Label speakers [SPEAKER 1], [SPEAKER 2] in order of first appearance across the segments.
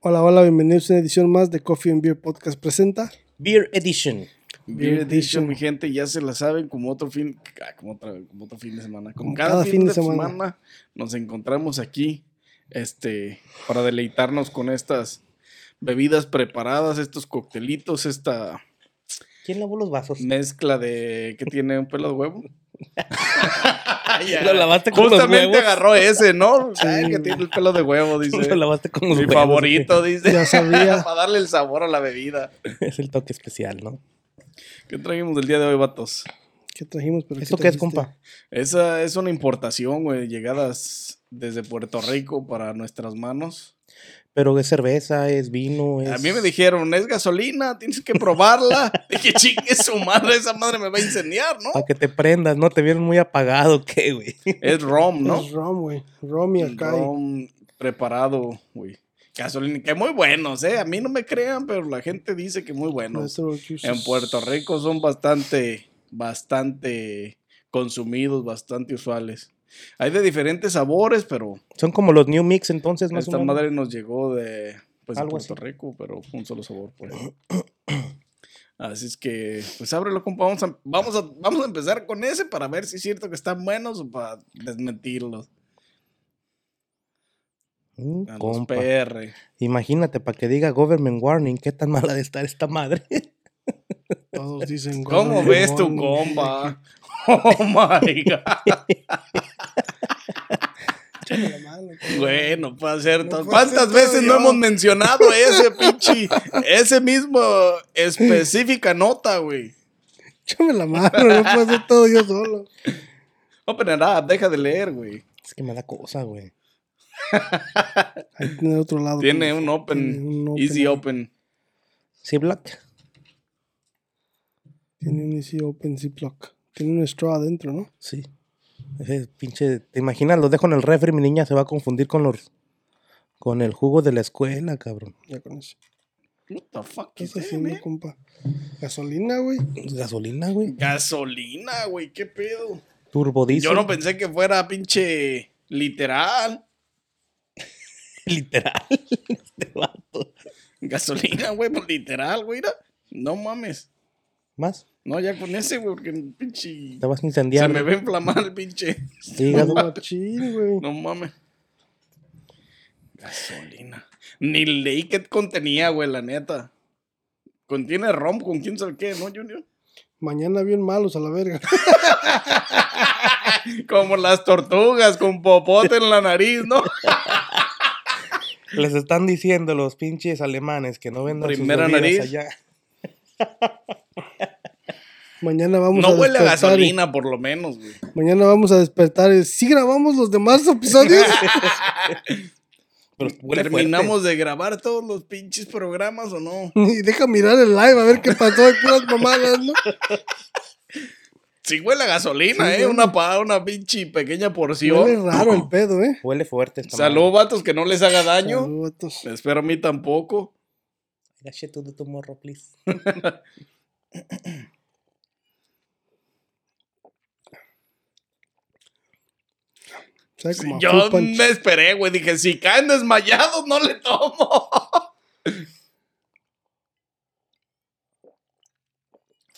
[SPEAKER 1] Hola, hola, bienvenidos a una edición más de Coffee and Beer Podcast presenta.
[SPEAKER 2] Beer Edition.
[SPEAKER 1] Beer
[SPEAKER 3] Beer
[SPEAKER 1] Edition.
[SPEAKER 3] Edition, mi gente, ya se la saben, como otro fin, ah, como, otra- como otro fin de semana. Como,
[SPEAKER 1] Como
[SPEAKER 3] cada, fin, de, semana.
[SPEAKER 1] semana.
[SPEAKER 3] nos encontramos aquí este, para deleitarnos con estas bebidas preparadas, estos coctelitos, esta
[SPEAKER 2] ¿Quién lavó los vasos?
[SPEAKER 3] mezcla de que tiene un pelo de huevo. Ya.
[SPEAKER 2] Lo lavaste con los
[SPEAKER 3] Justamente
[SPEAKER 2] huevos.
[SPEAKER 3] agarró ese, ¿no? Ay, que tiene el pelo de huevo, dice.
[SPEAKER 2] Lo lavaste con los
[SPEAKER 3] Mi
[SPEAKER 2] huevos,
[SPEAKER 3] favorito, dice.
[SPEAKER 1] Ya sabía.
[SPEAKER 3] para darle el sabor a la bebida.
[SPEAKER 2] güey. Es el toque especial, ¿no?
[SPEAKER 3] ¿Qué trajimos del día de hoy, vatos?
[SPEAKER 1] ¿Qué trajimos? ¿Pero
[SPEAKER 2] ¿Esto qué es,
[SPEAKER 1] trajiste?
[SPEAKER 2] compa?
[SPEAKER 3] Esa es una importación, güey, llegadas desde Puerto Rico para nuestras manos.
[SPEAKER 2] Pero es cerveza, es vino, es...
[SPEAKER 3] A mí me dijeron, es gasolina, tienes que probarla. Dije, chingue su madre, esa madre me va a incendiar, ¿no?
[SPEAKER 2] Para que te prendas, ¿no? Te vieron muy apagado, ¿qué, güey?
[SPEAKER 3] Es rom, ¿no?
[SPEAKER 1] Es rom, güey. Rom y acá. y-
[SPEAKER 3] Rom preparado, güey. Gasolina, que muy buenos, ¿eh? A mí no me crean, pero la gente dice que muy buenos.
[SPEAKER 1] nuestro Jesus.
[SPEAKER 3] En Puerto Rico son bastante, bastante consumidos, bastante usuales. Hay de diferentes sabores, pero
[SPEAKER 2] Son como los New Mix, entonces, más
[SPEAKER 3] Esta
[SPEAKER 2] o menos.
[SPEAKER 3] madre nos llegó de, pues, de
[SPEAKER 2] Algo
[SPEAKER 3] Puerto Rico, pero un solo sabor. Pues. Así es que, pues ábrelo, compa. Vamos a, vamos, a, vamos a empezar con ese para ver si es cierto que están buenos o para desmentirlos.
[SPEAKER 2] Mm,
[SPEAKER 3] A los
[SPEAKER 2] compa.
[SPEAKER 3] PR.
[SPEAKER 2] Imagínate, para que diga Government Warning, qué tan mala de estar esta madre.
[SPEAKER 1] Todos dicen
[SPEAKER 3] ¿Cómo
[SPEAKER 1] Gordon
[SPEAKER 3] ves tu
[SPEAKER 1] Ramón.
[SPEAKER 3] compa? Oh my god.
[SPEAKER 1] Échame la mano, compa.
[SPEAKER 3] Bueno, puede ser.
[SPEAKER 1] No puede
[SPEAKER 3] to-
[SPEAKER 1] ser
[SPEAKER 3] ¿Cuántas
[SPEAKER 1] todo
[SPEAKER 3] veces no
[SPEAKER 1] yo.
[SPEAKER 3] hemos mencionado ese pinche, ese mismo específica nota, güey?
[SPEAKER 1] Échame la mano, no puedo hacer todo yo solo.
[SPEAKER 3] Open it up, deja de leer, güey.
[SPEAKER 2] Es que me da cosa, güey.
[SPEAKER 1] Ahí tiene otro lado.
[SPEAKER 3] Tiene
[SPEAKER 1] compa.
[SPEAKER 3] un open,
[SPEAKER 1] Tiene un open
[SPEAKER 3] easy
[SPEAKER 1] ahí.
[SPEAKER 3] open.
[SPEAKER 2] Sí, Black.
[SPEAKER 1] Tiene un Easy Open Ziploc. Tiene un straw adentro, ¿no?
[SPEAKER 2] Sí. Ese pinche. ¿Te imaginas? Los dejo en el refri, mi niña se va a confundir con los. Con el jugo de la escuela, cabrón.
[SPEAKER 1] Ya con eso.
[SPEAKER 3] What the fuck
[SPEAKER 1] ¿Qué
[SPEAKER 3] is
[SPEAKER 1] está
[SPEAKER 3] that,
[SPEAKER 1] haciendo,
[SPEAKER 3] man?
[SPEAKER 1] compa? Gasolina, güey.
[SPEAKER 2] Gasolina, güey.
[SPEAKER 3] Gasolina, güey, qué pedo.
[SPEAKER 2] Turbodiesel.
[SPEAKER 3] Yo no pensé que fuera pinche literal.
[SPEAKER 2] Literal. Este vato.
[SPEAKER 3] Gasolina, güey, pues, literal, güey. mira. No mames.
[SPEAKER 2] Más.
[SPEAKER 3] No, ya con ese, güey, porque pinche.
[SPEAKER 2] Te vas a
[SPEAKER 3] Se
[SPEAKER 2] incendiar.
[SPEAKER 3] me ve inflamar el pinche.
[SPEAKER 2] Hígado.
[SPEAKER 1] Machín, güey.
[SPEAKER 3] No mames. Gasolina. Ni leí qué contenía, güey, la neta. Contiene rom con quién sabe qué, ¿no, Junior?
[SPEAKER 1] Mañana bien malos a la verga.
[SPEAKER 3] Como las tortugas con popote en la nariz, ¿no?
[SPEAKER 2] Les están diciendo los pinches alemanes que no vendan
[SPEAKER 3] Primera
[SPEAKER 2] sus bebidas
[SPEAKER 3] nariz.
[SPEAKER 2] allá.
[SPEAKER 1] Mañana vamos a
[SPEAKER 3] No huele a
[SPEAKER 1] despertar y-
[SPEAKER 3] gasolina, por lo menos, güey.
[SPEAKER 1] Mañana vamos a despertar. y- Sí grabamos los demás episodios.
[SPEAKER 2] Pero huele
[SPEAKER 3] ¿Terminamos de grabar todos los pinches programas o no?
[SPEAKER 1] y deja mirar el live a ver qué pasó. Hay puras mamadas, ¿no?
[SPEAKER 3] Sí huele a gasolina,
[SPEAKER 1] Sí,
[SPEAKER 3] ¿eh?
[SPEAKER 1] huele.
[SPEAKER 3] Una, pa- una pinche pequeña
[SPEAKER 1] Huele
[SPEAKER 3] porción.
[SPEAKER 1] raro el pedo, ¿eh?
[SPEAKER 2] fuerte. Huele fuerte esta
[SPEAKER 3] Salud, vatos, que no les haga daño.
[SPEAKER 1] Salud, vatos.
[SPEAKER 3] Espero a mí tampoco.
[SPEAKER 2] Salud. morro, please.
[SPEAKER 1] Sabe como a
[SPEAKER 3] Yo
[SPEAKER 1] Fruit Punch.
[SPEAKER 3] me esperé, güey. Dije, si caen desmayados, no le tomo.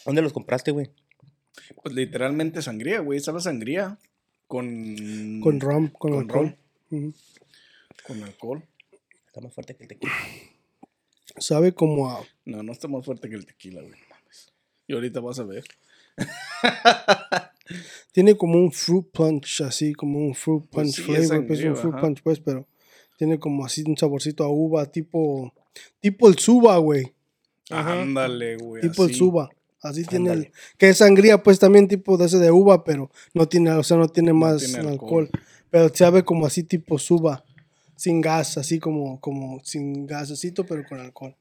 [SPEAKER 2] ¿Dónde los compraste, güey?
[SPEAKER 3] Pues literalmente sangría, güey. Esa es la sangría. Con...
[SPEAKER 1] Con rom, con,
[SPEAKER 3] Con
[SPEAKER 1] alcohol.
[SPEAKER 3] rom.
[SPEAKER 1] Ujú.
[SPEAKER 3] Con alcohol.
[SPEAKER 2] Está más fuerte que el tequila.
[SPEAKER 1] Sabe como a.
[SPEAKER 3] No, no está más fuerte que el tequila, güey. no mames. Y ahorita vas a ver.
[SPEAKER 1] Tiene como un fruit punch, así como un fruit
[SPEAKER 3] Pues
[SPEAKER 1] punch
[SPEAKER 3] sí, es
[SPEAKER 1] flavor, pues
[SPEAKER 3] sangría,
[SPEAKER 1] un fruit
[SPEAKER 3] ajá.
[SPEAKER 1] punch, pues, pero tiene como así un saborcito a uva, tipo. Tipo el suba, güey. Ajá.
[SPEAKER 3] Ándale, güey.
[SPEAKER 1] Tipo el
[SPEAKER 3] así.
[SPEAKER 1] suba. Así tiene el-
[SPEAKER 2] Ándale.
[SPEAKER 1] Que es sangría, pues también tipo de ese de uva, pero no tiene, o sea, no tiene más
[SPEAKER 3] tiene
[SPEAKER 1] alcohol.
[SPEAKER 3] alcohol.
[SPEAKER 1] Pero sabe como así tipo suba. Sin gas, así como, como sin gasecito, pero con alcohol.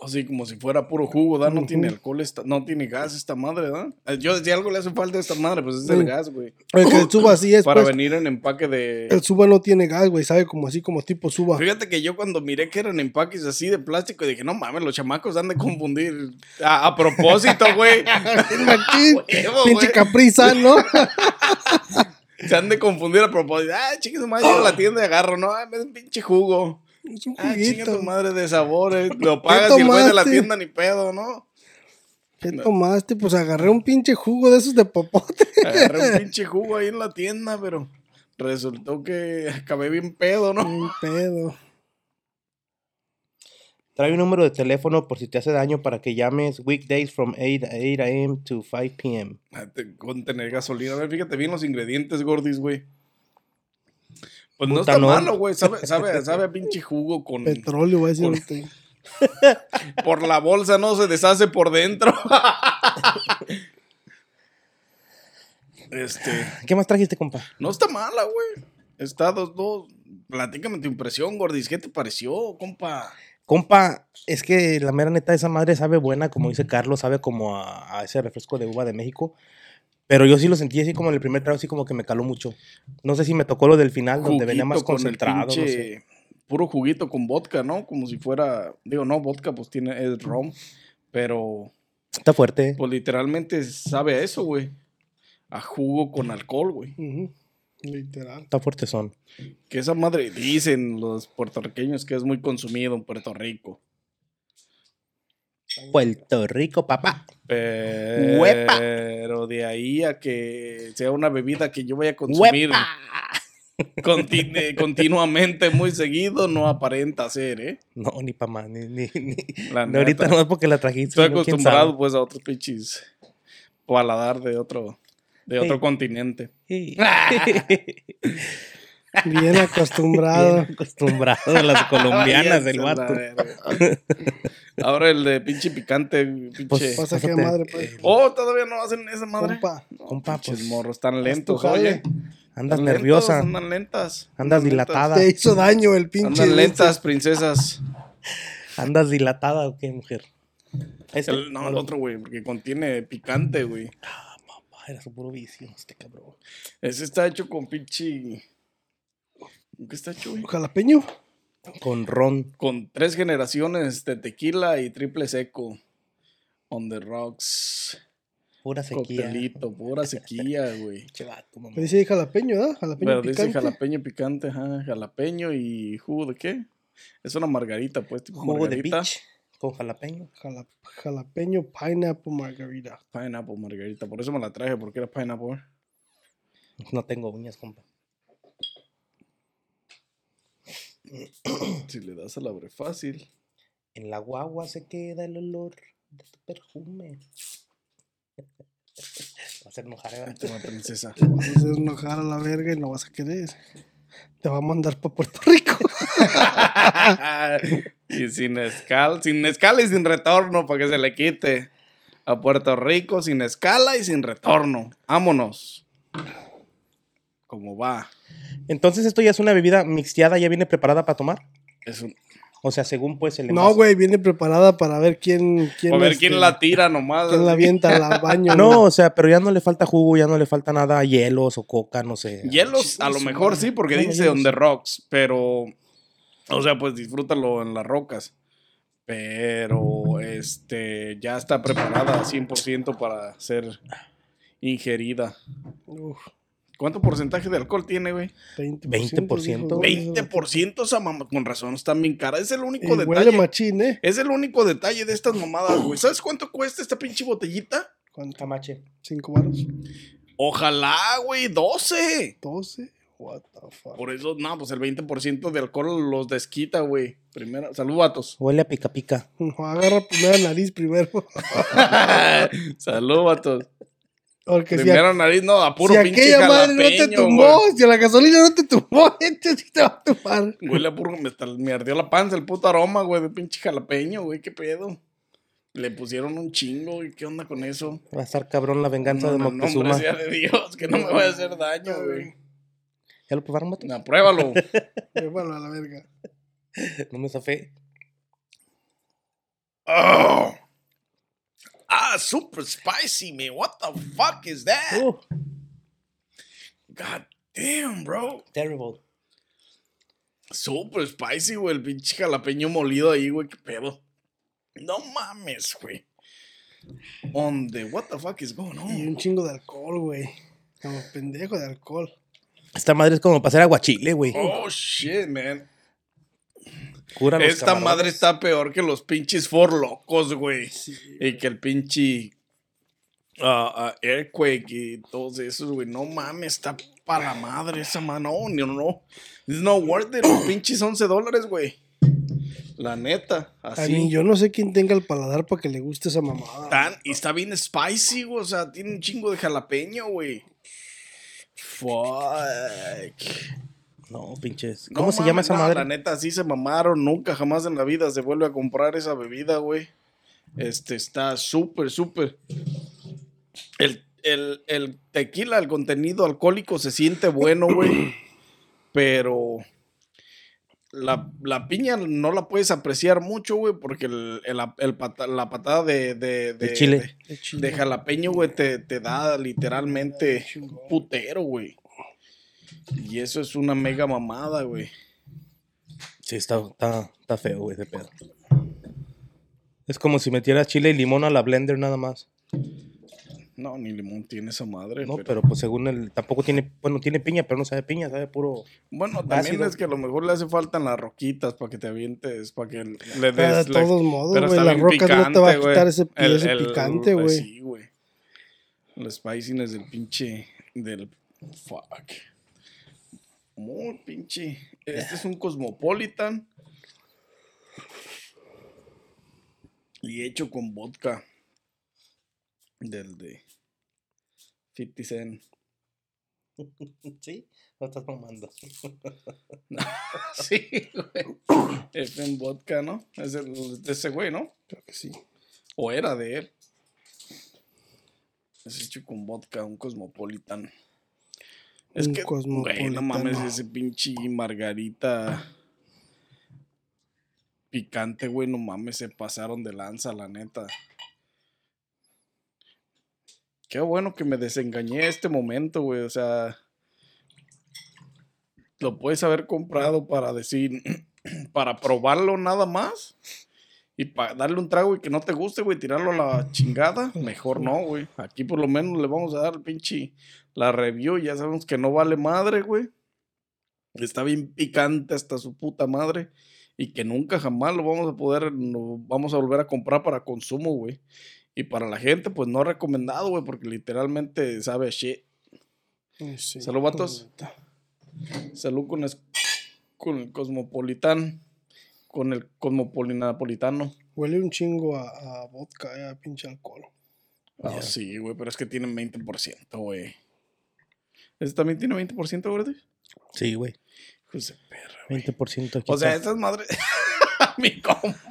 [SPEAKER 3] O sí, como si fuera puro jugo, ¿da? No
[SPEAKER 1] Ujú.
[SPEAKER 3] tiene alcohol, esta, no tiene gas esta madre, ¿da? Eh, Yo, si algo le hace falta a esta madre, pues es
[SPEAKER 1] Sí.
[SPEAKER 3] el gas, güey.
[SPEAKER 1] El, que el suba así es,
[SPEAKER 3] Para
[SPEAKER 1] pues,
[SPEAKER 3] venir en empaque de...
[SPEAKER 1] el suba no tiene gas, güey, sabe como así como tipo suba.
[SPEAKER 3] Fíjate que yo cuando miré que eran empaques así de plástico, dije, no mames, los chamacos han de confundir. A, a propósito, güey.
[SPEAKER 1] Machín,
[SPEAKER 3] Huevo,
[SPEAKER 1] pinche
[SPEAKER 3] güey.
[SPEAKER 1] capriza, ¿no?
[SPEAKER 3] Se han de confundir a propósito. Ah, chicos, madre, yo a la tienda y agarro, ¿no? Ah, me da un pinche jugo.
[SPEAKER 1] Es un
[SPEAKER 3] Ah, chinga
[SPEAKER 1] juguito.
[SPEAKER 3] tu madre de sabor, eh. Lo pagas y el güey de la
[SPEAKER 1] tomaste?
[SPEAKER 3] tienda ni pedo, ¿no?
[SPEAKER 1] ¿Qué tomaste? Pues agarré un pinche jugo de esos de popote.
[SPEAKER 3] Agarré un pinche jugo ahí en la tienda, pero resultó que acabé bien pedo, ¿no?
[SPEAKER 1] Un pedo.
[SPEAKER 2] Trae un número de teléfono por si te hace daño para que llames weekdays from 8, 8 a.m. to 5 p.m.
[SPEAKER 3] Ah, te- Con tener gasolina. A ver, fíjate bien los ingredientes, gordis, güey. Pues no está
[SPEAKER 2] Butanol.
[SPEAKER 3] malo, güey. Sabe, sabe, sabe a pinche jugo con.
[SPEAKER 1] Petróleo, voy a decir
[SPEAKER 3] Mm. Con-
[SPEAKER 1] ahorita.
[SPEAKER 3] Por la bolsa no se deshace por dentro. este.
[SPEAKER 2] ¿Qué más trajiste, compa?
[SPEAKER 3] No está mala, güey. Está dos, dos. Platícame tu impresión, gordis. ¿Qué te pareció, compa?
[SPEAKER 2] Compa, es que la mera neta, esa madre sabe buena, como dice Carlos, sabe como a, a ese refresco de uva de México. Pero yo sí lo sentí así como en el primer trago, así como que me caló mucho. No sé si me tocó lo del final, donde venía más
[SPEAKER 3] Juguito con el
[SPEAKER 2] concentrado. no sé.
[SPEAKER 3] pinche- Puro juguito con vodka, ¿no? Como si fuera. Digo, no, vodka, pues tiene. Es rom. Pero.
[SPEAKER 2] Está fuerte. ¿eh?
[SPEAKER 3] Pues literalmente sabe a eso, güey. A jugo con alcohol, güey.
[SPEAKER 1] Ujú. Literal.
[SPEAKER 2] Está fuerte son.
[SPEAKER 3] Que esa madre dicen los puertorriqueños que es muy consumido en Puerto Rico.
[SPEAKER 2] Puerto Rico, papá.
[SPEAKER 3] Pero
[SPEAKER 2] Huepa.
[SPEAKER 3] de ahí a que sea una bebida que yo vaya a consumir contin- eh, continuamente, muy seguido, no aparenta ser, ¿eh?
[SPEAKER 2] No, ni pa' más, ni, ni, ni.
[SPEAKER 3] La
[SPEAKER 2] No,
[SPEAKER 3] neta.
[SPEAKER 2] ahorita no es porque la trajiste.
[SPEAKER 3] Estoy
[SPEAKER 2] sino quién
[SPEAKER 3] acostumbrado
[SPEAKER 2] sabe.
[SPEAKER 3] pues a otros pinches paladar de otro, de otro
[SPEAKER 2] Ey.
[SPEAKER 3] continente.
[SPEAKER 2] Sí.
[SPEAKER 1] Bien acostumbrado.
[SPEAKER 2] Bien acostumbrado a las colombianas del
[SPEAKER 3] Váyanse a la
[SPEAKER 2] vato.
[SPEAKER 3] verga. Ahora el de pinche picante, pinche.
[SPEAKER 2] Pues,
[SPEAKER 1] Pasa que
[SPEAKER 2] Pásate.
[SPEAKER 1] madre, pues.
[SPEAKER 3] oh, todavía no hacen esa madre.
[SPEAKER 1] Compa.
[SPEAKER 2] Compa,
[SPEAKER 3] Pinches
[SPEAKER 2] pues,
[SPEAKER 3] morros, están lentos,
[SPEAKER 1] jale.
[SPEAKER 3] oye.
[SPEAKER 2] Andas
[SPEAKER 3] Están lentos,
[SPEAKER 2] nerviosa.
[SPEAKER 3] Andan lentas.
[SPEAKER 2] Andas
[SPEAKER 3] andan lentas.
[SPEAKER 2] dilatada.
[SPEAKER 1] Te hizo daño el pinche.
[SPEAKER 3] Andan lentas, princesas.
[SPEAKER 2] ¿Andas dilatada o qué, mujer? Este,
[SPEAKER 3] El- no, el otro, güey, porque contiene picante, güey.
[SPEAKER 2] Papá, era su puro vicio, este cabrón.
[SPEAKER 3] Ese está hecho con pinche. ¿Con ¿Qué está hecho, güey?
[SPEAKER 1] Jalapeño.
[SPEAKER 2] Con ron.
[SPEAKER 3] Con tres generaciones de tequila y triple seco. On the rocks.
[SPEAKER 2] Pura sequía.
[SPEAKER 3] Coctelito, pura sequía, güey.
[SPEAKER 2] Che, vato, mamá.
[SPEAKER 1] Me dice ahí jalapeño, ¿verdad? Jalapeño
[SPEAKER 3] Pero
[SPEAKER 1] picante.
[SPEAKER 3] dice jalapeño picante, ajá. Jalapeño y jugo de qué? Es una margarita, pues, tipo
[SPEAKER 2] Jugo de
[SPEAKER 3] margarita.
[SPEAKER 2] peach con jalapeño.
[SPEAKER 1] Jala- jalapeño pineapple margarita.
[SPEAKER 3] Pineapple, margarita. Por eso me la traje, porque era pineapple.
[SPEAKER 2] No tengo uñas, compa.
[SPEAKER 3] Si le das al abre fácil.
[SPEAKER 2] En la guagua se queda el olor de tu perfume. Va a ser enojar, ¿eh?
[SPEAKER 3] Toma, princesa.
[SPEAKER 1] Vas a hacer enojar a la verga y no vas a querer. Te va a mandar para Puerto Rico.
[SPEAKER 3] y sin escala, sin escala y sin retorno para que se le quite. A Puerto Rico sin escala y sin retorno. Vámonos. Como va.
[SPEAKER 2] Entonces, esto ya es una bebida mixteada, ya viene preparada para tomar.
[SPEAKER 3] Es un-
[SPEAKER 2] O sea, según pues el
[SPEAKER 1] No,
[SPEAKER 2] envase.
[SPEAKER 1] güey, viene preparada para ver quién. quién
[SPEAKER 3] a ver
[SPEAKER 1] este,
[SPEAKER 3] quién la tira nomás.
[SPEAKER 1] quién la avienta al baño.
[SPEAKER 2] No,
[SPEAKER 1] güey.
[SPEAKER 2] o sea, pero ya no le falta jugo, ya no le falta nada, hielos o coca, no sé.
[SPEAKER 3] Hielos, a lo mejor
[SPEAKER 1] eh.
[SPEAKER 3] sí, porque
[SPEAKER 1] Bueno,
[SPEAKER 3] dice
[SPEAKER 1] hielos.
[SPEAKER 3] on the rocks, pero. O sea, pues disfrútalo en las rocas. Pero este ya está preparada 100% para ser ingerida.
[SPEAKER 1] Uf,
[SPEAKER 3] ¿Cuánto porcentaje de alcohol tiene, güey?
[SPEAKER 1] 20%.
[SPEAKER 2] 20%.
[SPEAKER 1] dijo, güey.
[SPEAKER 3] 20% esa mamá, con razón, están bien caras. Es el
[SPEAKER 1] Y
[SPEAKER 3] único
[SPEAKER 1] huele
[SPEAKER 3] detalle.
[SPEAKER 1] machín, ¿eh?
[SPEAKER 3] Es el único detalle de estas mamadas, güey. ¿Sabes cuánto cuesta esta pinche botellita?
[SPEAKER 1] ¿Cuánto?
[SPEAKER 2] Camache.
[SPEAKER 1] ¿Cinco baros?
[SPEAKER 3] Ojalá, güey, 12.
[SPEAKER 1] ¿12? What the fuck.
[SPEAKER 3] Por eso, no, pues el 20% de alcohol los desquita, güey. Primero, salud, vatos.
[SPEAKER 2] Huele a pica pica.
[SPEAKER 1] No, agarra primero la nariz primero.
[SPEAKER 3] salud, vatos.
[SPEAKER 1] Porque si,
[SPEAKER 3] Primero nariz, no, a puro
[SPEAKER 1] si
[SPEAKER 3] pinche
[SPEAKER 1] aquella madre no te
[SPEAKER 3] jalapeño,
[SPEAKER 1] tumbó, si la gasolina no te tumbó, este sí te va a tumbar.
[SPEAKER 3] güey. Huele a puro, me, hasta me ardió la panza el puto aroma, güey, de pinche jalapeño, güey, qué pedo. Le pusieron un chingo, güey, ¿qué onda con eso?
[SPEAKER 2] Va a estar cabrón la venganza
[SPEAKER 3] No,
[SPEAKER 2] de
[SPEAKER 3] no, no,
[SPEAKER 2] Moctezuma.
[SPEAKER 3] hombre, sea de Dios, que no me vaya a hacer daño, güey.
[SPEAKER 2] ¿Ya lo probaron, vato?
[SPEAKER 3] No, pruébalo.
[SPEAKER 1] Llévalo a la verga.
[SPEAKER 2] No me zafé.
[SPEAKER 3] Oh. Ah, super spicy, man. What the fuck is that?
[SPEAKER 2] Uh,
[SPEAKER 3] God damn, bro.
[SPEAKER 2] terrible.
[SPEAKER 3] Super spicy, güey. El pinche jalapeño molido ahí, güey. Qué pedo. No mames, güey. On the what the fuck is going
[SPEAKER 1] Y un
[SPEAKER 3] on?
[SPEAKER 1] chingo de alcohol, güey. Como pendejo de alcohol.
[SPEAKER 2] Esta madre es como para hacer aguachile, güey.
[SPEAKER 3] Oh shit, man.
[SPEAKER 2] Curan los
[SPEAKER 3] Oh, Esta
[SPEAKER 2] camarones.
[SPEAKER 3] madre está peor que los pinches forlocos, güey. Y que el pinche ah, ah, Earthquake y todos esos, güey. No mames, está para la madre esa mano. No, no, no. It's not worth it. Los pinches 11 dólares, güey. La neta,
[SPEAKER 1] A
[SPEAKER 3] así.
[SPEAKER 1] mí, yo no sé quién tenga el paladar para que le guste esa mamada.
[SPEAKER 3] Tan- y está bien spicy, güey. O sea, tiene un chingo de jalapeño, güey. Fuck.
[SPEAKER 2] No, pinches.
[SPEAKER 3] No
[SPEAKER 2] ¿Cómo se llama
[SPEAKER 3] mames,
[SPEAKER 2] esa
[SPEAKER 3] no,
[SPEAKER 2] madre?
[SPEAKER 3] La neta, así se mamaron. Nunca, jamás en la vida se vuelve a comprar esa bebida, güey. Este está súper, súper. El, el- el tequila, el contenido alcohólico se siente bueno, güey. Pero la, la piña no la puedes apreciar mucho, güey, porque el, el- el pata- la patada de, de,
[SPEAKER 2] De chile.
[SPEAKER 1] Qué chido.
[SPEAKER 3] de jalapeño, güey, te, te da literalmente
[SPEAKER 1] Chingón.
[SPEAKER 3] putero, güey. Y eso es una mega mamada, güey.
[SPEAKER 2] Sí, está, está, está feo, güey, ese pedo. Es como si metieras chile y limón a la blender nada más.
[SPEAKER 3] No, ni limón tiene esa madre.
[SPEAKER 2] No,
[SPEAKER 3] pero...
[SPEAKER 2] pero pues según el. Tampoco tiene. Bueno, tiene piña, pero no sabe piña, sabe puro.
[SPEAKER 3] Bueno, también
[SPEAKER 2] ácido.
[SPEAKER 3] es que a lo mejor le hace falta en las roquitas para que te avientes, para que le des.
[SPEAKER 1] Pero de
[SPEAKER 3] la-
[SPEAKER 1] todos modos,
[SPEAKER 3] pero
[SPEAKER 1] güey,
[SPEAKER 3] está
[SPEAKER 1] las
[SPEAKER 3] bien
[SPEAKER 1] rocas no te va a
[SPEAKER 3] picante,
[SPEAKER 1] quitar
[SPEAKER 3] güey.
[SPEAKER 1] ese,
[SPEAKER 3] El-
[SPEAKER 1] ese
[SPEAKER 3] el-
[SPEAKER 1] picante,
[SPEAKER 3] pues
[SPEAKER 1] güey.
[SPEAKER 3] Sí, güey. El spiciness del pinche. Del. Fuck. Muy pinche. Este es un Cosmopolitan. Y hecho con vodka. Del de. 50 Cent.
[SPEAKER 2] Sí, no estás mamando.
[SPEAKER 3] Sí, güey. Este en vodka, ¿no? Es el- de ese güey, ¿no?
[SPEAKER 1] Creo que sí.
[SPEAKER 3] O era de él. Es hecho con vodka, un cosmopolitan. Es
[SPEAKER 1] Un
[SPEAKER 3] que, güey, no
[SPEAKER 1] cosmopolitan,
[SPEAKER 3] mames,
[SPEAKER 1] no.
[SPEAKER 3] ese pinche margarita picante, güey, no mames, se pasaron de lanza, la neta. Qué bueno que me desengañé este momento, güey, o sea, lo puedes haber comprado para decir, para probarlo nada más. Y para darle un trago y que no te guste, güey, tirarlo a la chingada, mejor no, güey. Aquí por lo menos le vamos a dar el pinche la review, ya sabemos que no vale madre, güey. Está bien picante hasta su puta madre y que nunca jamás lo vamos a poder, no vamos a volver a comprar para consumo, güey. Y para la gente, pues no recomendado, güey, porque literalmente sabe a shit.
[SPEAKER 1] Ay, sí. pues,
[SPEAKER 3] Salud, vatos. Salud con, es- con el cosmopolitán, con el cosmopolinapolitano.
[SPEAKER 1] Huele un chingo a, a vodka, eh, a pinche alcohol.
[SPEAKER 3] Ah, sí, güey, pero es que tienen 20%, güey. ¿Ese también tiene 20%, güey?
[SPEAKER 2] Sí, güey.
[SPEAKER 3] Hijos Pues, de perra.
[SPEAKER 2] 20% aquí.
[SPEAKER 3] O sea,
[SPEAKER 2] está.
[SPEAKER 3] esas madres. mi compa.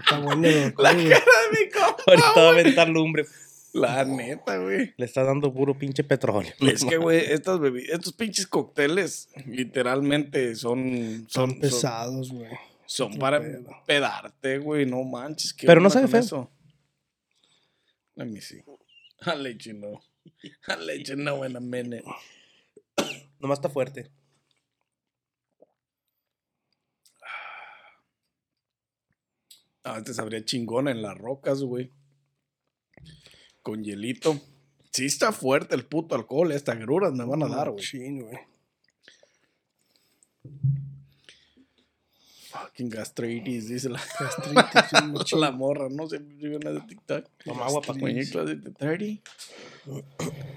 [SPEAKER 1] Está bueno el
[SPEAKER 3] La
[SPEAKER 1] alcohol,
[SPEAKER 3] cara
[SPEAKER 1] güey.
[SPEAKER 3] de mi compa.
[SPEAKER 2] ahorita va a aventar lumbre.
[SPEAKER 3] La neta, güey.
[SPEAKER 2] Le está dando puro pinche petróleo.
[SPEAKER 3] Es que, güey, estas bebi- estos pinches cócteles literalmente son.
[SPEAKER 1] Son
[SPEAKER 3] Son, son,
[SPEAKER 1] pesados, güey.
[SPEAKER 3] son
[SPEAKER 1] Qué
[SPEAKER 3] para
[SPEAKER 1] pedo.
[SPEAKER 3] pedarte, güey. No manches. ¿qué
[SPEAKER 2] Pero no
[SPEAKER 3] onda
[SPEAKER 2] sabe
[SPEAKER 3] con
[SPEAKER 2] feo.
[SPEAKER 3] Eso? Let me see. I'll let you know. I'll let you know in a minute.
[SPEAKER 2] Nomás está fuerte.
[SPEAKER 3] Ah, este sabría chingón en las rocas, güey. Con hielito. Sí está fuerte el puto alcohol, estas gruras me van a dar, güey.
[SPEAKER 1] Chin, güey.
[SPEAKER 3] Fucking gastritis, dice la,
[SPEAKER 1] Gastritis, un machín.
[SPEAKER 3] la morra, no sé si ven la de TikTok.
[SPEAKER 2] Toma agua pa'
[SPEAKER 3] When you're close to 30,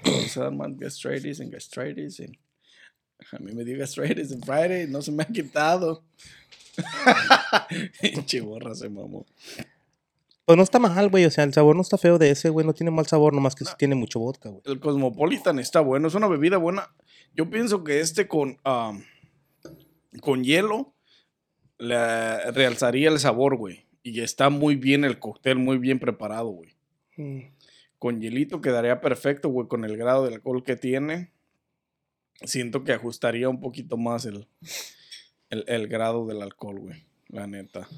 [SPEAKER 3] Pues, se dan más gastritis and gastritis. and- A mí me dio gastritis en Friday, no se me ha quitado. Pinche morra se mamó.
[SPEAKER 2] Pues no está mal, güey. O sea, el sabor no está feo de ese, güey. No tiene mal sabor, nomás que sí tiene mucho vodka, güey.
[SPEAKER 3] El Cosmopolitan está bueno, es una bebida buena. Yo pienso que este con, am, con hielo le realzaría el sabor, güey. Y está muy bien el cóctel, muy bien preparado, güey.
[SPEAKER 1] Mm.
[SPEAKER 3] Con hielito quedaría perfecto, güey, con el grado de alcohol que tiene. Siento que ajustaría un poquito más el, el, el grado del alcohol, güey. La neta.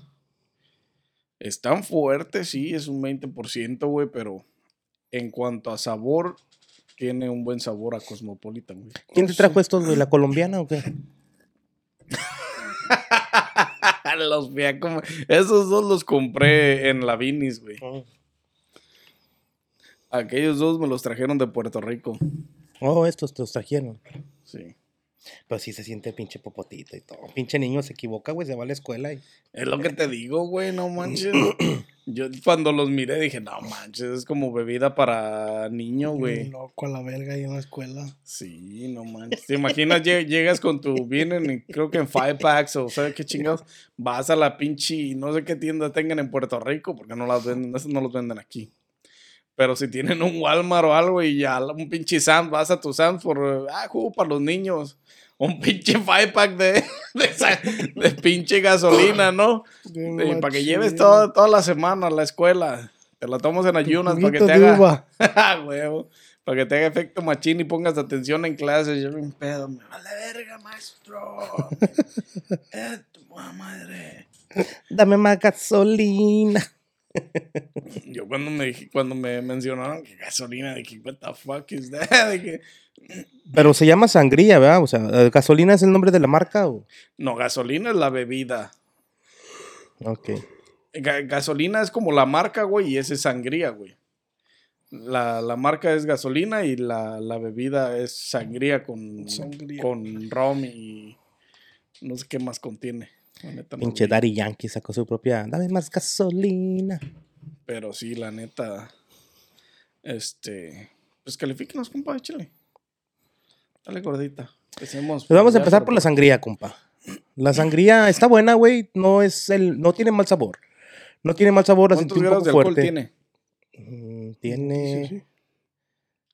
[SPEAKER 3] Es tan fuerte, sí, es un 20%, güey, pero en cuanto a sabor, tiene un buen sabor a Cosmopolitan, güey.
[SPEAKER 2] ¿Quién te trajo estos, güey? ¿La colombiana o qué?
[SPEAKER 3] los fui a comer. Esos dos los compré en la Vinis, güey. Aquellos dos me los trajeron de Puerto Rico.
[SPEAKER 2] Oh, estos te los trajeron.
[SPEAKER 3] Sí.
[SPEAKER 2] Pero sí se siente pinche popotito y todo. Pinche niño se equivoca, güey, se va a la escuela y.
[SPEAKER 3] Es lo que te digo, güey, no manches. Yo cuando los miré dije, no manches, es como bebida para niño,
[SPEAKER 1] Un
[SPEAKER 3] güey.
[SPEAKER 1] loco a la verga ahí en la escuela.
[SPEAKER 3] Sí, no manches. ¿Te imaginas? Lle- Llegas con tu, vienen, creo que en Five Packs o sabes qué chingados. Vas a la pinche, no sé qué tienda tengan en Puerto Rico, porque no las venden, esas no los venden aquí. Pero si tienen un Walmart o algo y ya la- un pinche Sam, vas a tu Sam por, eh, ah, jugo para los niños. Un pinche Five Pack de, de, esa- de pinche gasolina, ¿no? Y para que lleves toda, toda la semana a la escuela. Te la tomas en ayunas para que te haga. Ah, huevo. Para que te haga efecto machín y pongas atención en clases. Yo me pedo, me vale verga, maestro. eh, tu puta madre.
[SPEAKER 2] Dame más gasolina.
[SPEAKER 3] Yo cuando me dije- cuando me mencionaron que gasolina, dije, what the fuck is that? Dije,
[SPEAKER 2] Pero se llama sangría, ¿verdad? O sea, ¿eh, gasolina es el nombre de la marca. O?
[SPEAKER 3] no, gasolina es la bebida.
[SPEAKER 2] Ok.
[SPEAKER 3] Ga- gasolina es como la marca, güey, y ese es sangría, güey. La, la marca es gasolina y la, la bebida es sangría con,
[SPEAKER 1] Sangría.
[SPEAKER 3] con rom y no sé qué más contiene. La neta, no
[SPEAKER 2] Pinche
[SPEAKER 3] vi.
[SPEAKER 2] Daddy Yankee sacó su propia. Dame más gasolina.
[SPEAKER 3] Pero sí, la neta. Este. Pues califíquenos, compa, échale. Dale gordita. Empecemos.
[SPEAKER 2] Pues vamos a
[SPEAKER 3] ya
[SPEAKER 2] empezar por la sangría, compa. La sangría está buena, güey. No es el, no tiene mal sabor. No tiene mal sabor, la sentí un
[SPEAKER 3] ¿Cuántos grados
[SPEAKER 2] poco
[SPEAKER 3] de alcohol
[SPEAKER 2] fuerte.
[SPEAKER 3] tiene?
[SPEAKER 2] Mm, Tiene.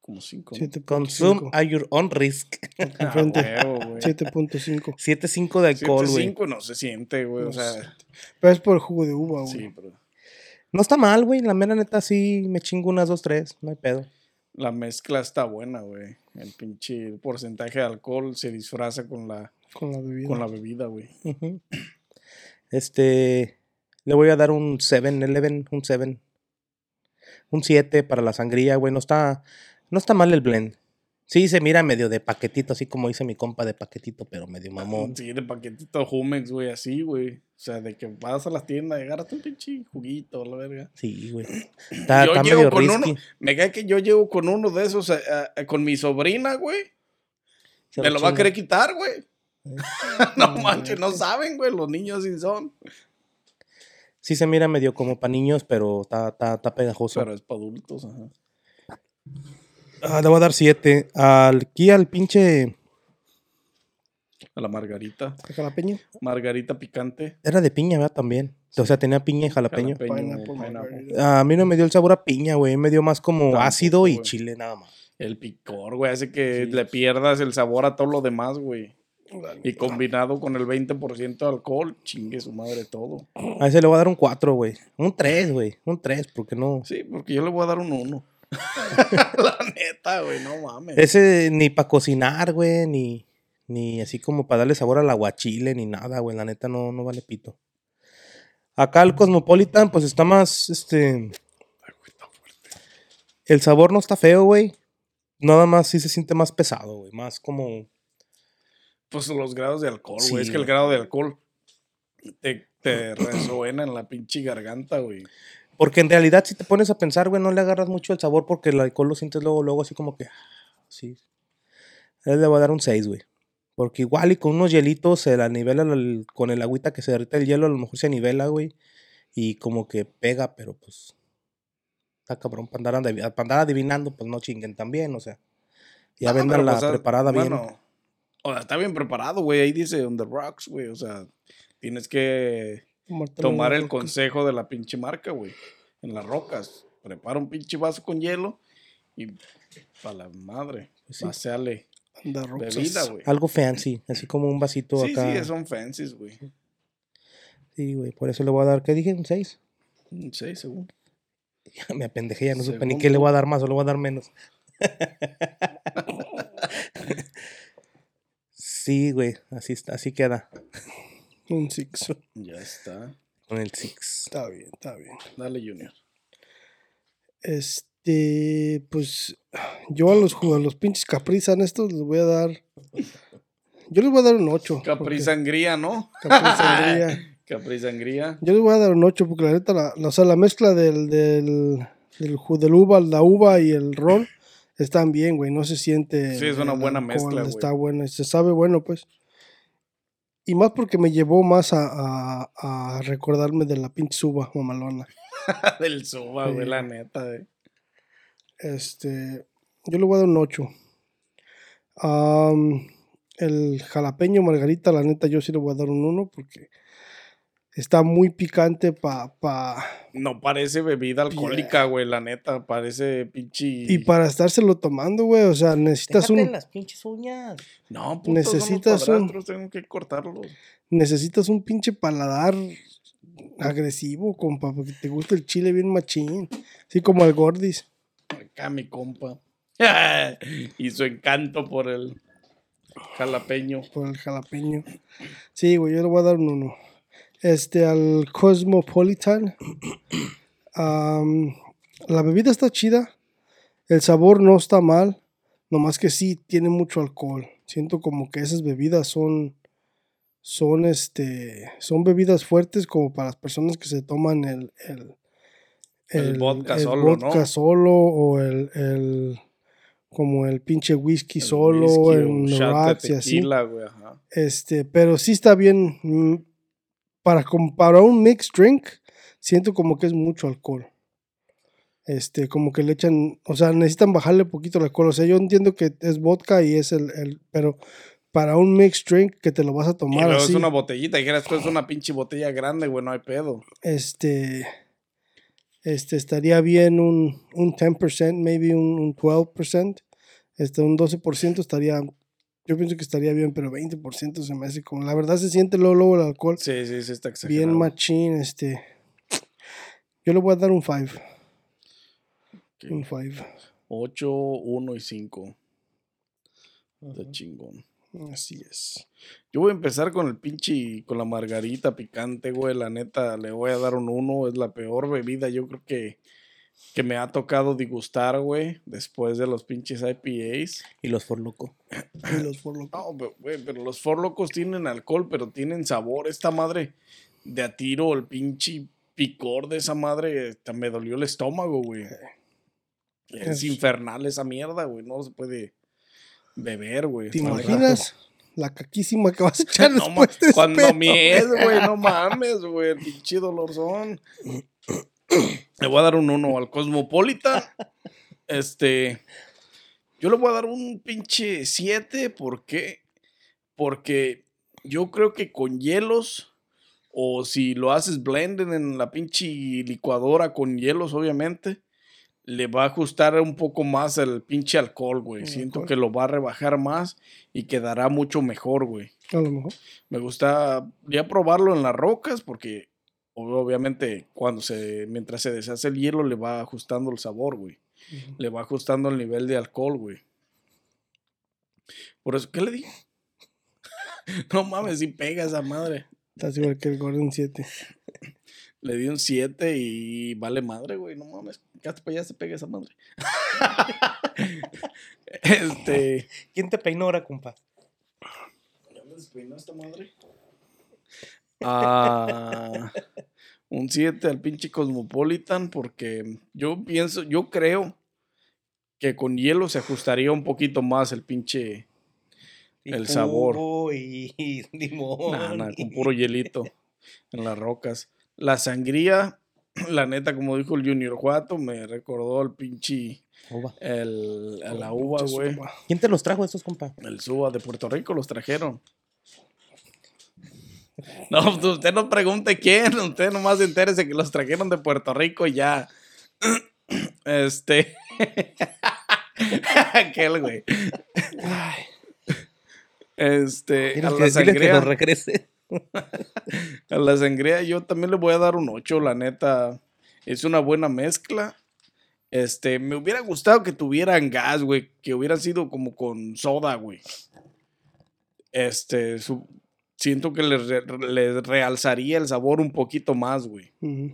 [SPEAKER 3] Como Ah, 5.
[SPEAKER 2] Consume
[SPEAKER 1] 7.5.
[SPEAKER 2] at your own risk.
[SPEAKER 1] enfrente.
[SPEAKER 3] 7.5
[SPEAKER 1] 7.5.
[SPEAKER 2] 7.5 de alcohol, güey.
[SPEAKER 3] no se siente, güey. O
[SPEAKER 1] No
[SPEAKER 3] sea,
[SPEAKER 1] Pero es por el jugo de uva, güey.
[SPEAKER 3] sí, pero
[SPEAKER 2] No está mal, güey. La mera neta sí me chingo unas dos, tres. No hay pedo.
[SPEAKER 3] la mezcla está buena, güey. El pinche porcentaje de alcohol se disfraza con la,
[SPEAKER 1] Con la bebida.
[SPEAKER 3] con la bebida, güey.
[SPEAKER 2] Ujú. Este. Le voy a dar un 7-Eleven, un 7. Un 7 para la sangría, güey. No está, no está mal el blend. Sí, se mira medio de paquetito, así como dice mi compa de paquetito, pero medio mamón.
[SPEAKER 3] Sí, de paquetito Jumex, güey, así, güey. O sea, de que vas a las tiendas y agarras un pinche juguito, la verga.
[SPEAKER 2] Sí, güey. Está,
[SPEAKER 3] yo
[SPEAKER 2] Ah, está
[SPEAKER 3] llego
[SPEAKER 2] medio
[SPEAKER 3] con
[SPEAKER 2] risky.
[SPEAKER 3] uno, me cae que yo llego con uno de esos, eh, eh, con mi sobrina, güey.
[SPEAKER 2] Se
[SPEAKER 3] Me lo va a
[SPEAKER 2] chinga.
[SPEAKER 3] querer quitar,
[SPEAKER 2] Eh.
[SPEAKER 3] güey. no manches, no saben, güey, los niños sí son.
[SPEAKER 2] Sí, se mira medio como para niños, pero está, está, está pegajoso.
[SPEAKER 3] Pero es para adultos, ajá.
[SPEAKER 2] Ah, le voy a dar 7. Al, aquí al pinche.
[SPEAKER 3] A la margarita.
[SPEAKER 1] ¿La jalapeño?
[SPEAKER 3] Margarita picante.
[SPEAKER 2] Era de piña, ¿verdad? También. O sea, tenía piña y jalapeño.
[SPEAKER 3] Jalapeño,
[SPEAKER 1] Pineapple,
[SPEAKER 3] pineapple.
[SPEAKER 1] margarita.
[SPEAKER 2] A mí no me dio el sabor a piña, güey. Me dio más como
[SPEAKER 3] Tampoco,
[SPEAKER 2] ácido y
[SPEAKER 3] güey.
[SPEAKER 2] chile nada más.
[SPEAKER 3] El picor, güey, hace que
[SPEAKER 2] Sí.
[SPEAKER 3] le pierdas el sabor a todo lo demás, güey. Y combinado con el 20% de alcohol, chingue su madre todo.
[SPEAKER 2] A ese le voy a dar un 4, güey. Un 3, güey. Un 3, porque no.
[SPEAKER 3] Sí, porque yo le voy a dar un 1. la neta, güey, no mames.
[SPEAKER 2] Ese ni para cocinar, güey, ni, ni así como para darle sabor al aguachile, ni nada, güey. La neta no, no vale pito. Acá el Cosmopolitan, pues está más, este... El sabor no está feo, güey. Nada más sí se siente más pesado, güey. Más como...
[SPEAKER 3] Pues los grados de alcohol, güey.
[SPEAKER 2] Sí,
[SPEAKER 3] es que el
[SPEAKER 2] güey.
[SPEAKER 3] grado de alcohol te, te resuena en la pinche garganta, güey.
[SPEAKER 2] Porque en realidad si te pones a pensar, güey, no le agarras mucho el sabor porque el alcohol lo sientes luego, luego así como que... ah, Sí. A él le voy a dar un 6, güey. Porque igual y con unos hielitos se la nivela el- con el agüita que se derrita el hielo, a lo mejor se nivela, güey. Y como que pega, pero pues... Está cabrón, para andar, adiv- para andar adivinando, pues no chinguen también, o sea. Ya
[SPEAKER 3] No,
[SPEAKER 2] vendan
[SPEAKER 3] Ah, pero,
[SPEAKER 2] la
[SPEAKER 3] o sea,
[SPEAKER 2] preparada bien.
[SPEAKER 3] bueno, O sea, está bien preparado, güey. Ahí dice on the rocks, güey. O sea, tienes que
[SPEAKER 1] Tomártelo en
[SPEAKER 3] tomar
[SPEAKER 1] la
[SPEAKER 3] el
[SPEAKER 1] boca.
[SPEAKER 3] consejo de la pinche marca, güey. En las rocas. Prepara un pinche vaso con hielo y para la madre.
[SPEAKER 2] Sí.
[SPEAKER 3] Paseale
[SPEAKER 1] Anda, Roxas.
[SPEAKER 3] bebida, güey.
[SPEAKER 2] Algo fancy, así como un vasito
[SPEAKER 3] Sí,
[SPEAKER 2] acá.
[SPEAKER 3] sí, son fancies, güey.
[SPEAKER 2] Sí, güey, por eso le voy a dar, ¿qué dije? Un 6.
[SPEAKER 3] Un seis, según.
[SPEAKER 2] Me apendejé, ya no supe ni
[SPEAKER 3] Según
[SPEAKER 2] qué le
[SPEAKER 3] tú.
[SPEAKER 2] voy a dar más o le voy a dar menos. sí, güey, así, está- así queda
[SPEAKER 1] Un six.
[SPEAKER 3] Ya está.
[SPEAKER 2] con el Six.
[SPEAKER 1] Está bien, está bien.
[SPEAKER 3] Dale, Junior.
[SPEAKER 1] Este, pues yo a los jugadores, los pinches Caprizan estos les voy a dar. Yo les voy a dar un 8.
[SPEAKER 3] Capri sangría, ¿no? Capri sangría.
[SPEAKER 1] Yo les voy a dar un 8 porque la neta, la, la- o sea, la mezcla del, del, del, ju- del uva, la uva y el ron están bien, güey. No se siente.
[SPEAKER 3] Sí, es una
[SPEAKER 1] el
[SPEAKER 3] buena
[SPEAKER 1] alcohol,
[SPEAKER 3] mezcla, güey.
[SPEAKER 1] Está bueno, se sabe bueno, pues. Y más porque me llevó más a, a- a recordarme de la pinche suba mamalona.
[SPEAKER 3] Del suba, güey,
[SPEAKER 1] Sí.
[SPEAKER 3] la neta, güey.
[SPEAKER 1] Este, yo le voy a dar un 8. Am, el jalapeño margarita, la neta, yo sí le voy a dar un 1 porque está muy picante pa, pa,
[SPEAKER 3] No parece bebida alcohólica, güey, la neta. Parece pinche.
[SPEAKER 1] y para estárselo tomando, güey. O sea, necesitas
[SPEAKER 2] Déjate
[SPEAKER 1] un,
[SPEAKER 2] las pinches uñas.
[SPEAKER 3] No, puto,
[SPEAKER 1] necesitas
[SPEAKER 3] necesitas
[SPEAKER 1] un-
[SPEAKER 3] son los padrastros, tengo que cortarlos.
[SPEAKER 1] necesitas un pinche paladar agresivo, compa, porque te gusta el chile bien machín. Así como al Gordis.
[SPEAKER 3] Acá mi compa. y su encanto por el jalapeño.
[SPEAKER 1] por el jalapeño. Sí, güey, yo le voy a dar un 1. Este, al Cosmopolitan. Am, la bebida está chida. El sabor no está mal. Nomás que sí, tiene mucho alcohol. Siento como que esas bebidas son. Son este. Son bebidas fuertes como para las personas que se toman el. El,
[SPEAKER 3] El vodka solo,
[SPEAKER 1] vodka
[SPEAKER 3] ¿no?
[SPEAKER 1] solo o el. el- como el pinche whisky
[SPEAKER 3] El
[SPEAKER 1] solo,
[SPEAKER 3] whisky, un
[SPEAKER 1] en
[SPEAKER 3] shot de
[SPEAKER 1] rocks y así.
[SPEAKER 3] tequila, güey, ajá.
[SPEAKER 1] Este, pero sí está bien. mm, Para comparar un mixed drink, siento como que es mucho alcohol. Este, como que le echan, o sea, necesitan bajarle poquito el alcohol. O sea, yo entiendo que es vodka y es el, el- pero para un mixed drink que te lo vas a
[SPEAKER 3] Y
[SPEAKER 1] tomar
[SPEAKER 3] luego es
[SPEAKER 1] así,
[SPEAKER 3] una botellita. Dijeras, esto es una pinche botella grande, güey, no hay pedo.
[SPEAKER 1] este, este, estaría bien un, un 10%, maybe un, un 12%, este, un 12% estaría, yo pienso que estaría bien, pero 20% se me hace como, la verdad se siente luego, luego el alcohol.
[SPEAKER 3] Sí, sí, sí, está exagerado.
[SPEAKER 1] Bien machín, este. Yo le voy a dar un 5. Un 5.
[SPEAKER 3] 8, 1 y 5. Está chingón.
[SPEAKER 1] Así es.
[SPEAKER 3] Yo voy a empezar con el pinche, con la margarita picante, güey. La neta, le voy a dar un 1. Es la peor bebida, yo creo que, que me ha tocado degustar, güey. Después de los pinches IPAs.
[SPEAKER 2] Y los forloco. Ah,
[SPEAKER 1] Y los por lo-
[SPEAKER 3] No, pero, güey, pero los forlocos tienen alcohol, pero tienen sabor. Esta madre de a tiro, el pinche picor de esa madre, hasta me dolió el estómago, güey. Es
[SPEAKER 1] Es-
[SPEAKER 3] infernal esa mierda, güey. No se puede beber, güey.
[SPEAKER 1] ¿Te
[SPEAKER 3] Al
[SPEAKER 1] imaginas? La caquísima que vas a
[SPEAKER 3] rato.
[SPEAKER 1] echar
[SPEAKER 3] No
[SPEAKER 1] después
[SPEAKER 3] ma-
[SPEAKER 1] de ese
[SPEAKER 3] cuando
[SPEAKER 1] pedo,
[SPEAKER 3] mi es, güey, no mames, güey, el pinche dolorzón. Le voy a dar un uno al Cosmopolitan. Este, yo le voy a dar un pinche 7, ¿por qué? Porque yo creo que con hielos, o si lo haces blenden en la pinche licuadora con hielos, obviamente, le va a ajustar un poco más el pinche alcohol, güey.
[SPEAKER 1] El
[SPEAKER 3] Siento
[SPEAKER 1] alcohol.
[SPEAKER 3] que lo va a rebajar más y quedará mucho mejor, güey.
[SPEAKER 1] A lo mejor.
[SPEAKER 3] Me gustaría probarlo en las rocas porque ob- obviamente cuando se mientras se deshace el hielo le va ajustando el sabor, güey. Le va ajustando el nivel de alcohol, güey. Por eso, ¿qué le dije? no mames, si pega esa madre.
[SPEAKER 1] Estás igual que el Gordon 7.
[SPEAKER 3] Le di un 7 y vale madre, güey. No mames, casi para allá se pega esa madre. este.
[SPEAKER 2] ¿Quién te peinó ahora, compa?
[SPEAKER 3] ¿Ya me despeinó esta madre? Ah, un 7 al pinche Cosmopolitan porque yo pienso, yo creo que con hielo se ajustaría un poquito más el pinche...
[SPEAKER 2] Y
[SPEAKER 3] El sabor.
[SPEAKER 2] jugo Y, y limón.
[SPEAKER 3] Nah, nah, con
[SPEAKER 2] y-
[SPEAKER 3] puro hielito en las rocas. La sangría, la neta, como dijo el Junior Juato, me recordó al pinche...
[SPEAKER 2] Uva.
[SPEAKER 3] El, a la uva, güey.
[SPEAKER 2] Oh,
[SPEAKER 3] Eh,
[SPEAKER 2] ¿Quién te los trajo estos, compa?
[SPEAKER 3] El suba de Puerto Rico los trajeron. No, pues usted no pregunte quién, usted nomás entérese que los trajeron de Puerto Rico y ya. Este. Aquel, güey. Este. A
[SPEAKER 2] Diles que, diles
[SPEAKER 3] la,
[SPEAKER 2] que
[SPEAKER 3] sangría,
[SPEAKER 2] los regrese.
[SPEAKER 3] a la sangría yo también le voy a dar un 8, la neta. Es una buena mezcla. Este, me hubiera gustado que tuvieran gas, güey. Que hubieran sido como con soda, güey. Este, su- siento que les, re- les realzaría el sabor un poquito más, güey.
[SPEAKER 1] Ujú.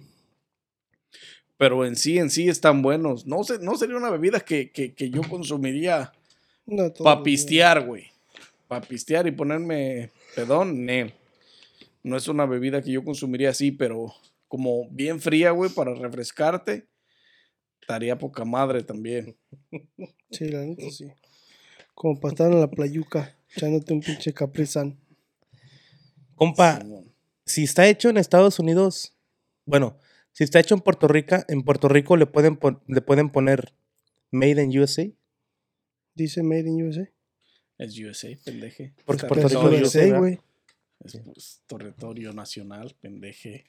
[SPEAKER 3] Pero en sí, en sí están buenos. No, sé, no sería una bebida que, que- que yo consumiría
[SPEAKER 1] No, todo
[SPEAKER 3] para
[SPEAKER 1] bien.
[SPEAKER 3] pistear, güey. Para pistear y ponerme pedón, ne. No es una bebida que yo consumiría así, pero como bien fría, güey, para refrescarte. Estaría poca madre también.
[SPEAKER 1] Sí, la neta sí. Como para estar en la playuca, echándote un pinche caprizán.
[SPEAKER 2] Compa,
[SPEAKER 3] Simón.
[SPEAKER 2] si está hecho en Estados Unidos, bueno, si está hecho en Puerto Rico, en Puerto Rico le pueden, pon- le pueden poner Made in USA,
[SPEAKER 1] Dice Made in USA.
[SPEAKER 3] Es USA, pendeje.
[SPEAKER 2] Porque
[SPEAKER 3] Es
[SPEAKER 2] Puerto Rico
[SPEAKER 1] Pero
[SPEAKER 3] territorio-
[SPEAKER 2] no
[SPEAKER 1] USA,
[SPEAKER 2] USA,
[SPEAKER 1] güey.
[SPEAKER 3] Es pues, territorio nacional, pendeje.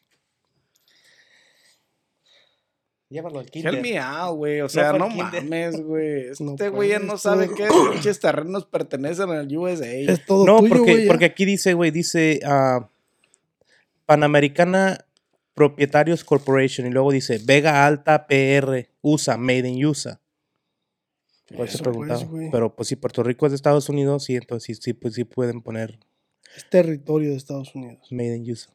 [SPEAKER 2] Llévalo al
[SPEAKER 3] Help me out, güey.
[SPEAKER 2] fue
[SPEAKER 3] O sea,
[SPEAKER 2] al
[SPEAKER 3] no,
[SPEAKER 2] kinder.
[SPEAKER 3] mames, güey.
[SPEAKER 1] No
[SPEAKER 3] Este güey ya
[SPEAKER 1] puedes,
[SPEAKER 3] no sabe
[SPEAKER 1] tú.
[SPEAKER 3] qué pinches terrenos pertenecen al USA.
[SPEAKER 1] Es todo
[SPEAKER 2] No,
[SPEAKER 1] tuyo,
[SPEAKER 2] porque,
[SPEAKER 1] güey, ya.
[SPEAKER 2] porque aquí dice, güey, dice ah, Panamericana Propietarios Corporation y luego dice Vega Alta PR USA, Made in USA. Por eso
[SPEAKER 1] Eso,
[SPEAKER 2] preguntaba.
[SPEAKER 1] pues, güey.
[SPEAKER 2] Pero pues si Puerto Rico es de Estados Unidos, sí, entonces sí, sí, pues, sí pueden poner
[SPEAKER 1] Es territorio de Estados Unidos.
[SPEAKER 2] Made in USA.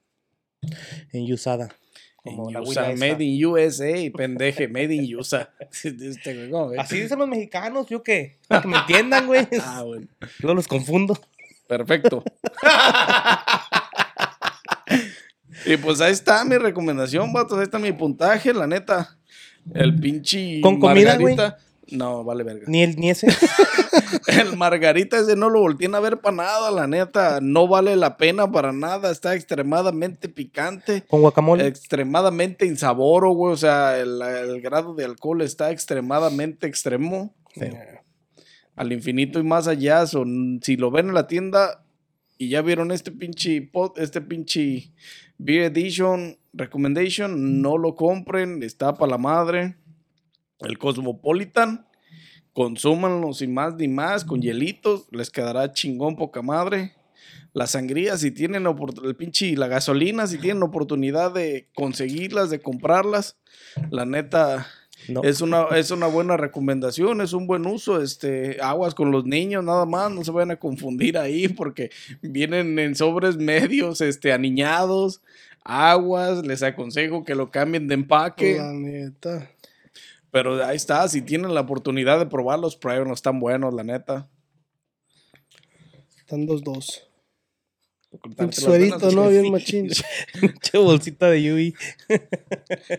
[SPEAKER 2] En USADA. Como
[SPEAKER 3] En
[SPEAKER 2] la
[SPEAKER 3] USA,
[SPEAKER 2] huila esa.
[SPEAKER 3] made in USA, pendeje, made in USA. Este, güey, ¿cómo ves?
[SPEAKER 2] Así dicen los mexicanos, yo qué. Para que me entiendan, güey.
[SPEAKER 3] Ah, bueno.
[SPEAKER 2] Luego los confundo.
[SPEAKER 3] Perfecto. y pues ahí está mi recomendación, vatos. Ahí está mi puntaje, la neta. El pinche.
[SPEAKER 2] ¿Con comida, güey?
[SPEAKER 3] Margarita- No, vale verga.
[SPEAKER 2] Ni el ni ese.
[SPEAKER 3] El Margarita ese no lo volteen a ver para nada, la neta. No vale la pena para nada. Está extremadamente picante.
[SPEAKER 2] Con guacamole.
[SPEAKER 3] Eh, Extremadamente insaboro, güey. O sea, el, el grado de alcohol está extremadamente extremo. Al infinito y más allá. Son, si lo ven en la tienda y ya vieron este pinche, pod- este pinche Beer Edition Recommendation, no lo compren. Está para la madre. El Cosmopolitan. Consúmanlo sin más ni más, con hielitos, les quedará chingón poca madre. La sangría, si tienen opor- el pinche, y la gasolina, si tienen oportunidad de conseguirlas, de comprarlas, la neta
[SPEAKER 2] No.
[SPEAKER 3] es, una, es una buena recomendación, es un buen uso. Este, aguas con los niños, nada más, no se vayan a confundir ahí porque vienen en sobres medios, este, aniñados, aguas, les aconsejo que lo cambien de empaque.
[SPEAKER 1] La neta.
[SPEAKER 3] Pero ahí está, si tienen la oportunidad de probarlos, prueben, no están buenos, la neta.
[SPEAKER 1] Están dos dos.
[SPEAKER 3] Cortártelo
[SPEAKER 1] Un suerito,
[SPEAKER 3] apenas,
[SPEAKER 1] ¿no?
[SPEAKER 3] güey.
[SPEAKER 1] Bien machín.
[SPEAKER 2] Che bolsita de Yui.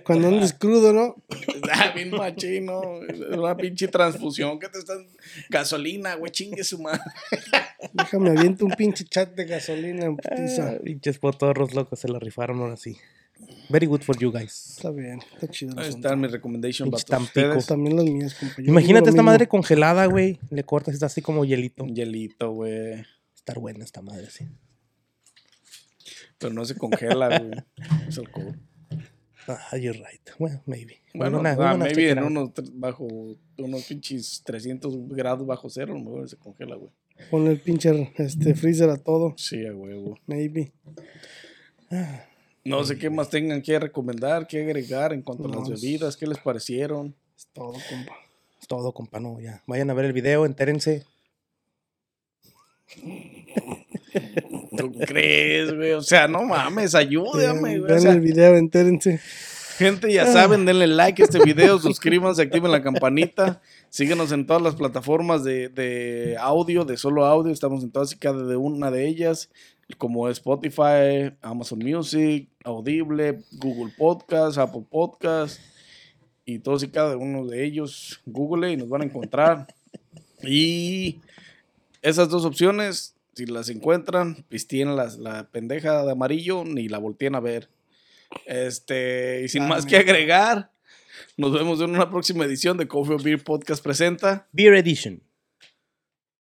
[SPEAKER 1] Cuando andes crudo, ¿no?
[SPEAKER 3] Ah, bien machín, ¿no? Es una pinche transfusión que te están... Gasolina, güey, chingue su madre.
[SPEAKER 1] Déjame aviento un pinche chat de gasolina en putiza.
[SPEAKER 2] Ah, Pinches potorros locos se la rifaron ahora sí. Very good for you guys.
[SPEAKER 1] Está bien, está chido. el
[SPEAKER 3] Ahí
[SPEAKER 1] asunto.
[SPEAKER 3] está mi recommendation,
[SPEAKER 2] Pinche
[SPEAKER 3] vatos.
[SPEAKER 2] Tampico.
[SPEAKER 3] Ustedes,
[SPEAKER 1] También las mías, compañero.
[SPEAKER 2] Imagínate esta madre congelada, güey. Le cortas y está así como hielito.
[SPEAKER 3] un hielito, güey.
[SPEAKER 2] Estar buena esta madre, sí.
[SPEAKER 3] Pero no se congela, güey. Es alcohol.
[SPEAKER 2] Ah, you're right. Bueno, maybe.
[SPEAKER 3] Bueno,
[SPEAKER 2] We're gonna- we're
[SPEAKER 3] ah,
[SPEAKER 2] gonna
[SPEAKER 3] maybe
[SPEAKER 2] check it
[SPEAKER 3] en
[SPEAKER 2] out.
[SPEAKER 3] unos, tre- bajo, unos pinches 300 grados bajo cero, a lo mejor se congela, güey.
[SPEAKER 1] Pon el pinche este, freezer a todo.
[SPEAKER 3] Sí, a huevo.
[SPEAKER 1] Maybe.
[SPEAKER 3] No sé qué más tengan que recomendar, que agregar en cuanto a
[SPEAKER 1] No,
[SPEAKER 3] las bebidas, qué les parecieron.
[SPEAKER 1] Es todo, compa.
[SPEAKER 2] Es todo, compa, no, ya. Vayan a ver el video, entérense.
[SPEAKER 3] ¿Tú crees, güey? O sea, no mames, ayúdame,
[SPEAKER 1] Vean-
[SPEAKER 3] güey. O
[SPEAKER 1] vean
[SPEAKER 3] sea,
[SPEAKER 1] el video, entérense.
[SPEAKER 3] gente, ya saben, denle like a este video, suscríbanse, activen la campanita, síguenos en todas las plataformas de, de audio, de solo audio, estamos en todas y cada de una de ellas, como Spotify, Amazon Music, Audible, Google Podcast, Apple Podcast, y todos y cada uno de ellos, Google y nos van a encontrar. Y esas dos opciones, si las encuentran, pisteen las, la pendeja de amarillo ni la volteen a ver. Este, y sin
[SPEAKER 1] Ah,
[SPEAKER 3] más
[SPEAKER 1] mira.
[SPEAKER 3] que agregar, nos vemos en una próxima edición de Coffee or Beer Podcast presenta.
[SPEAKER 2] Beer Edition.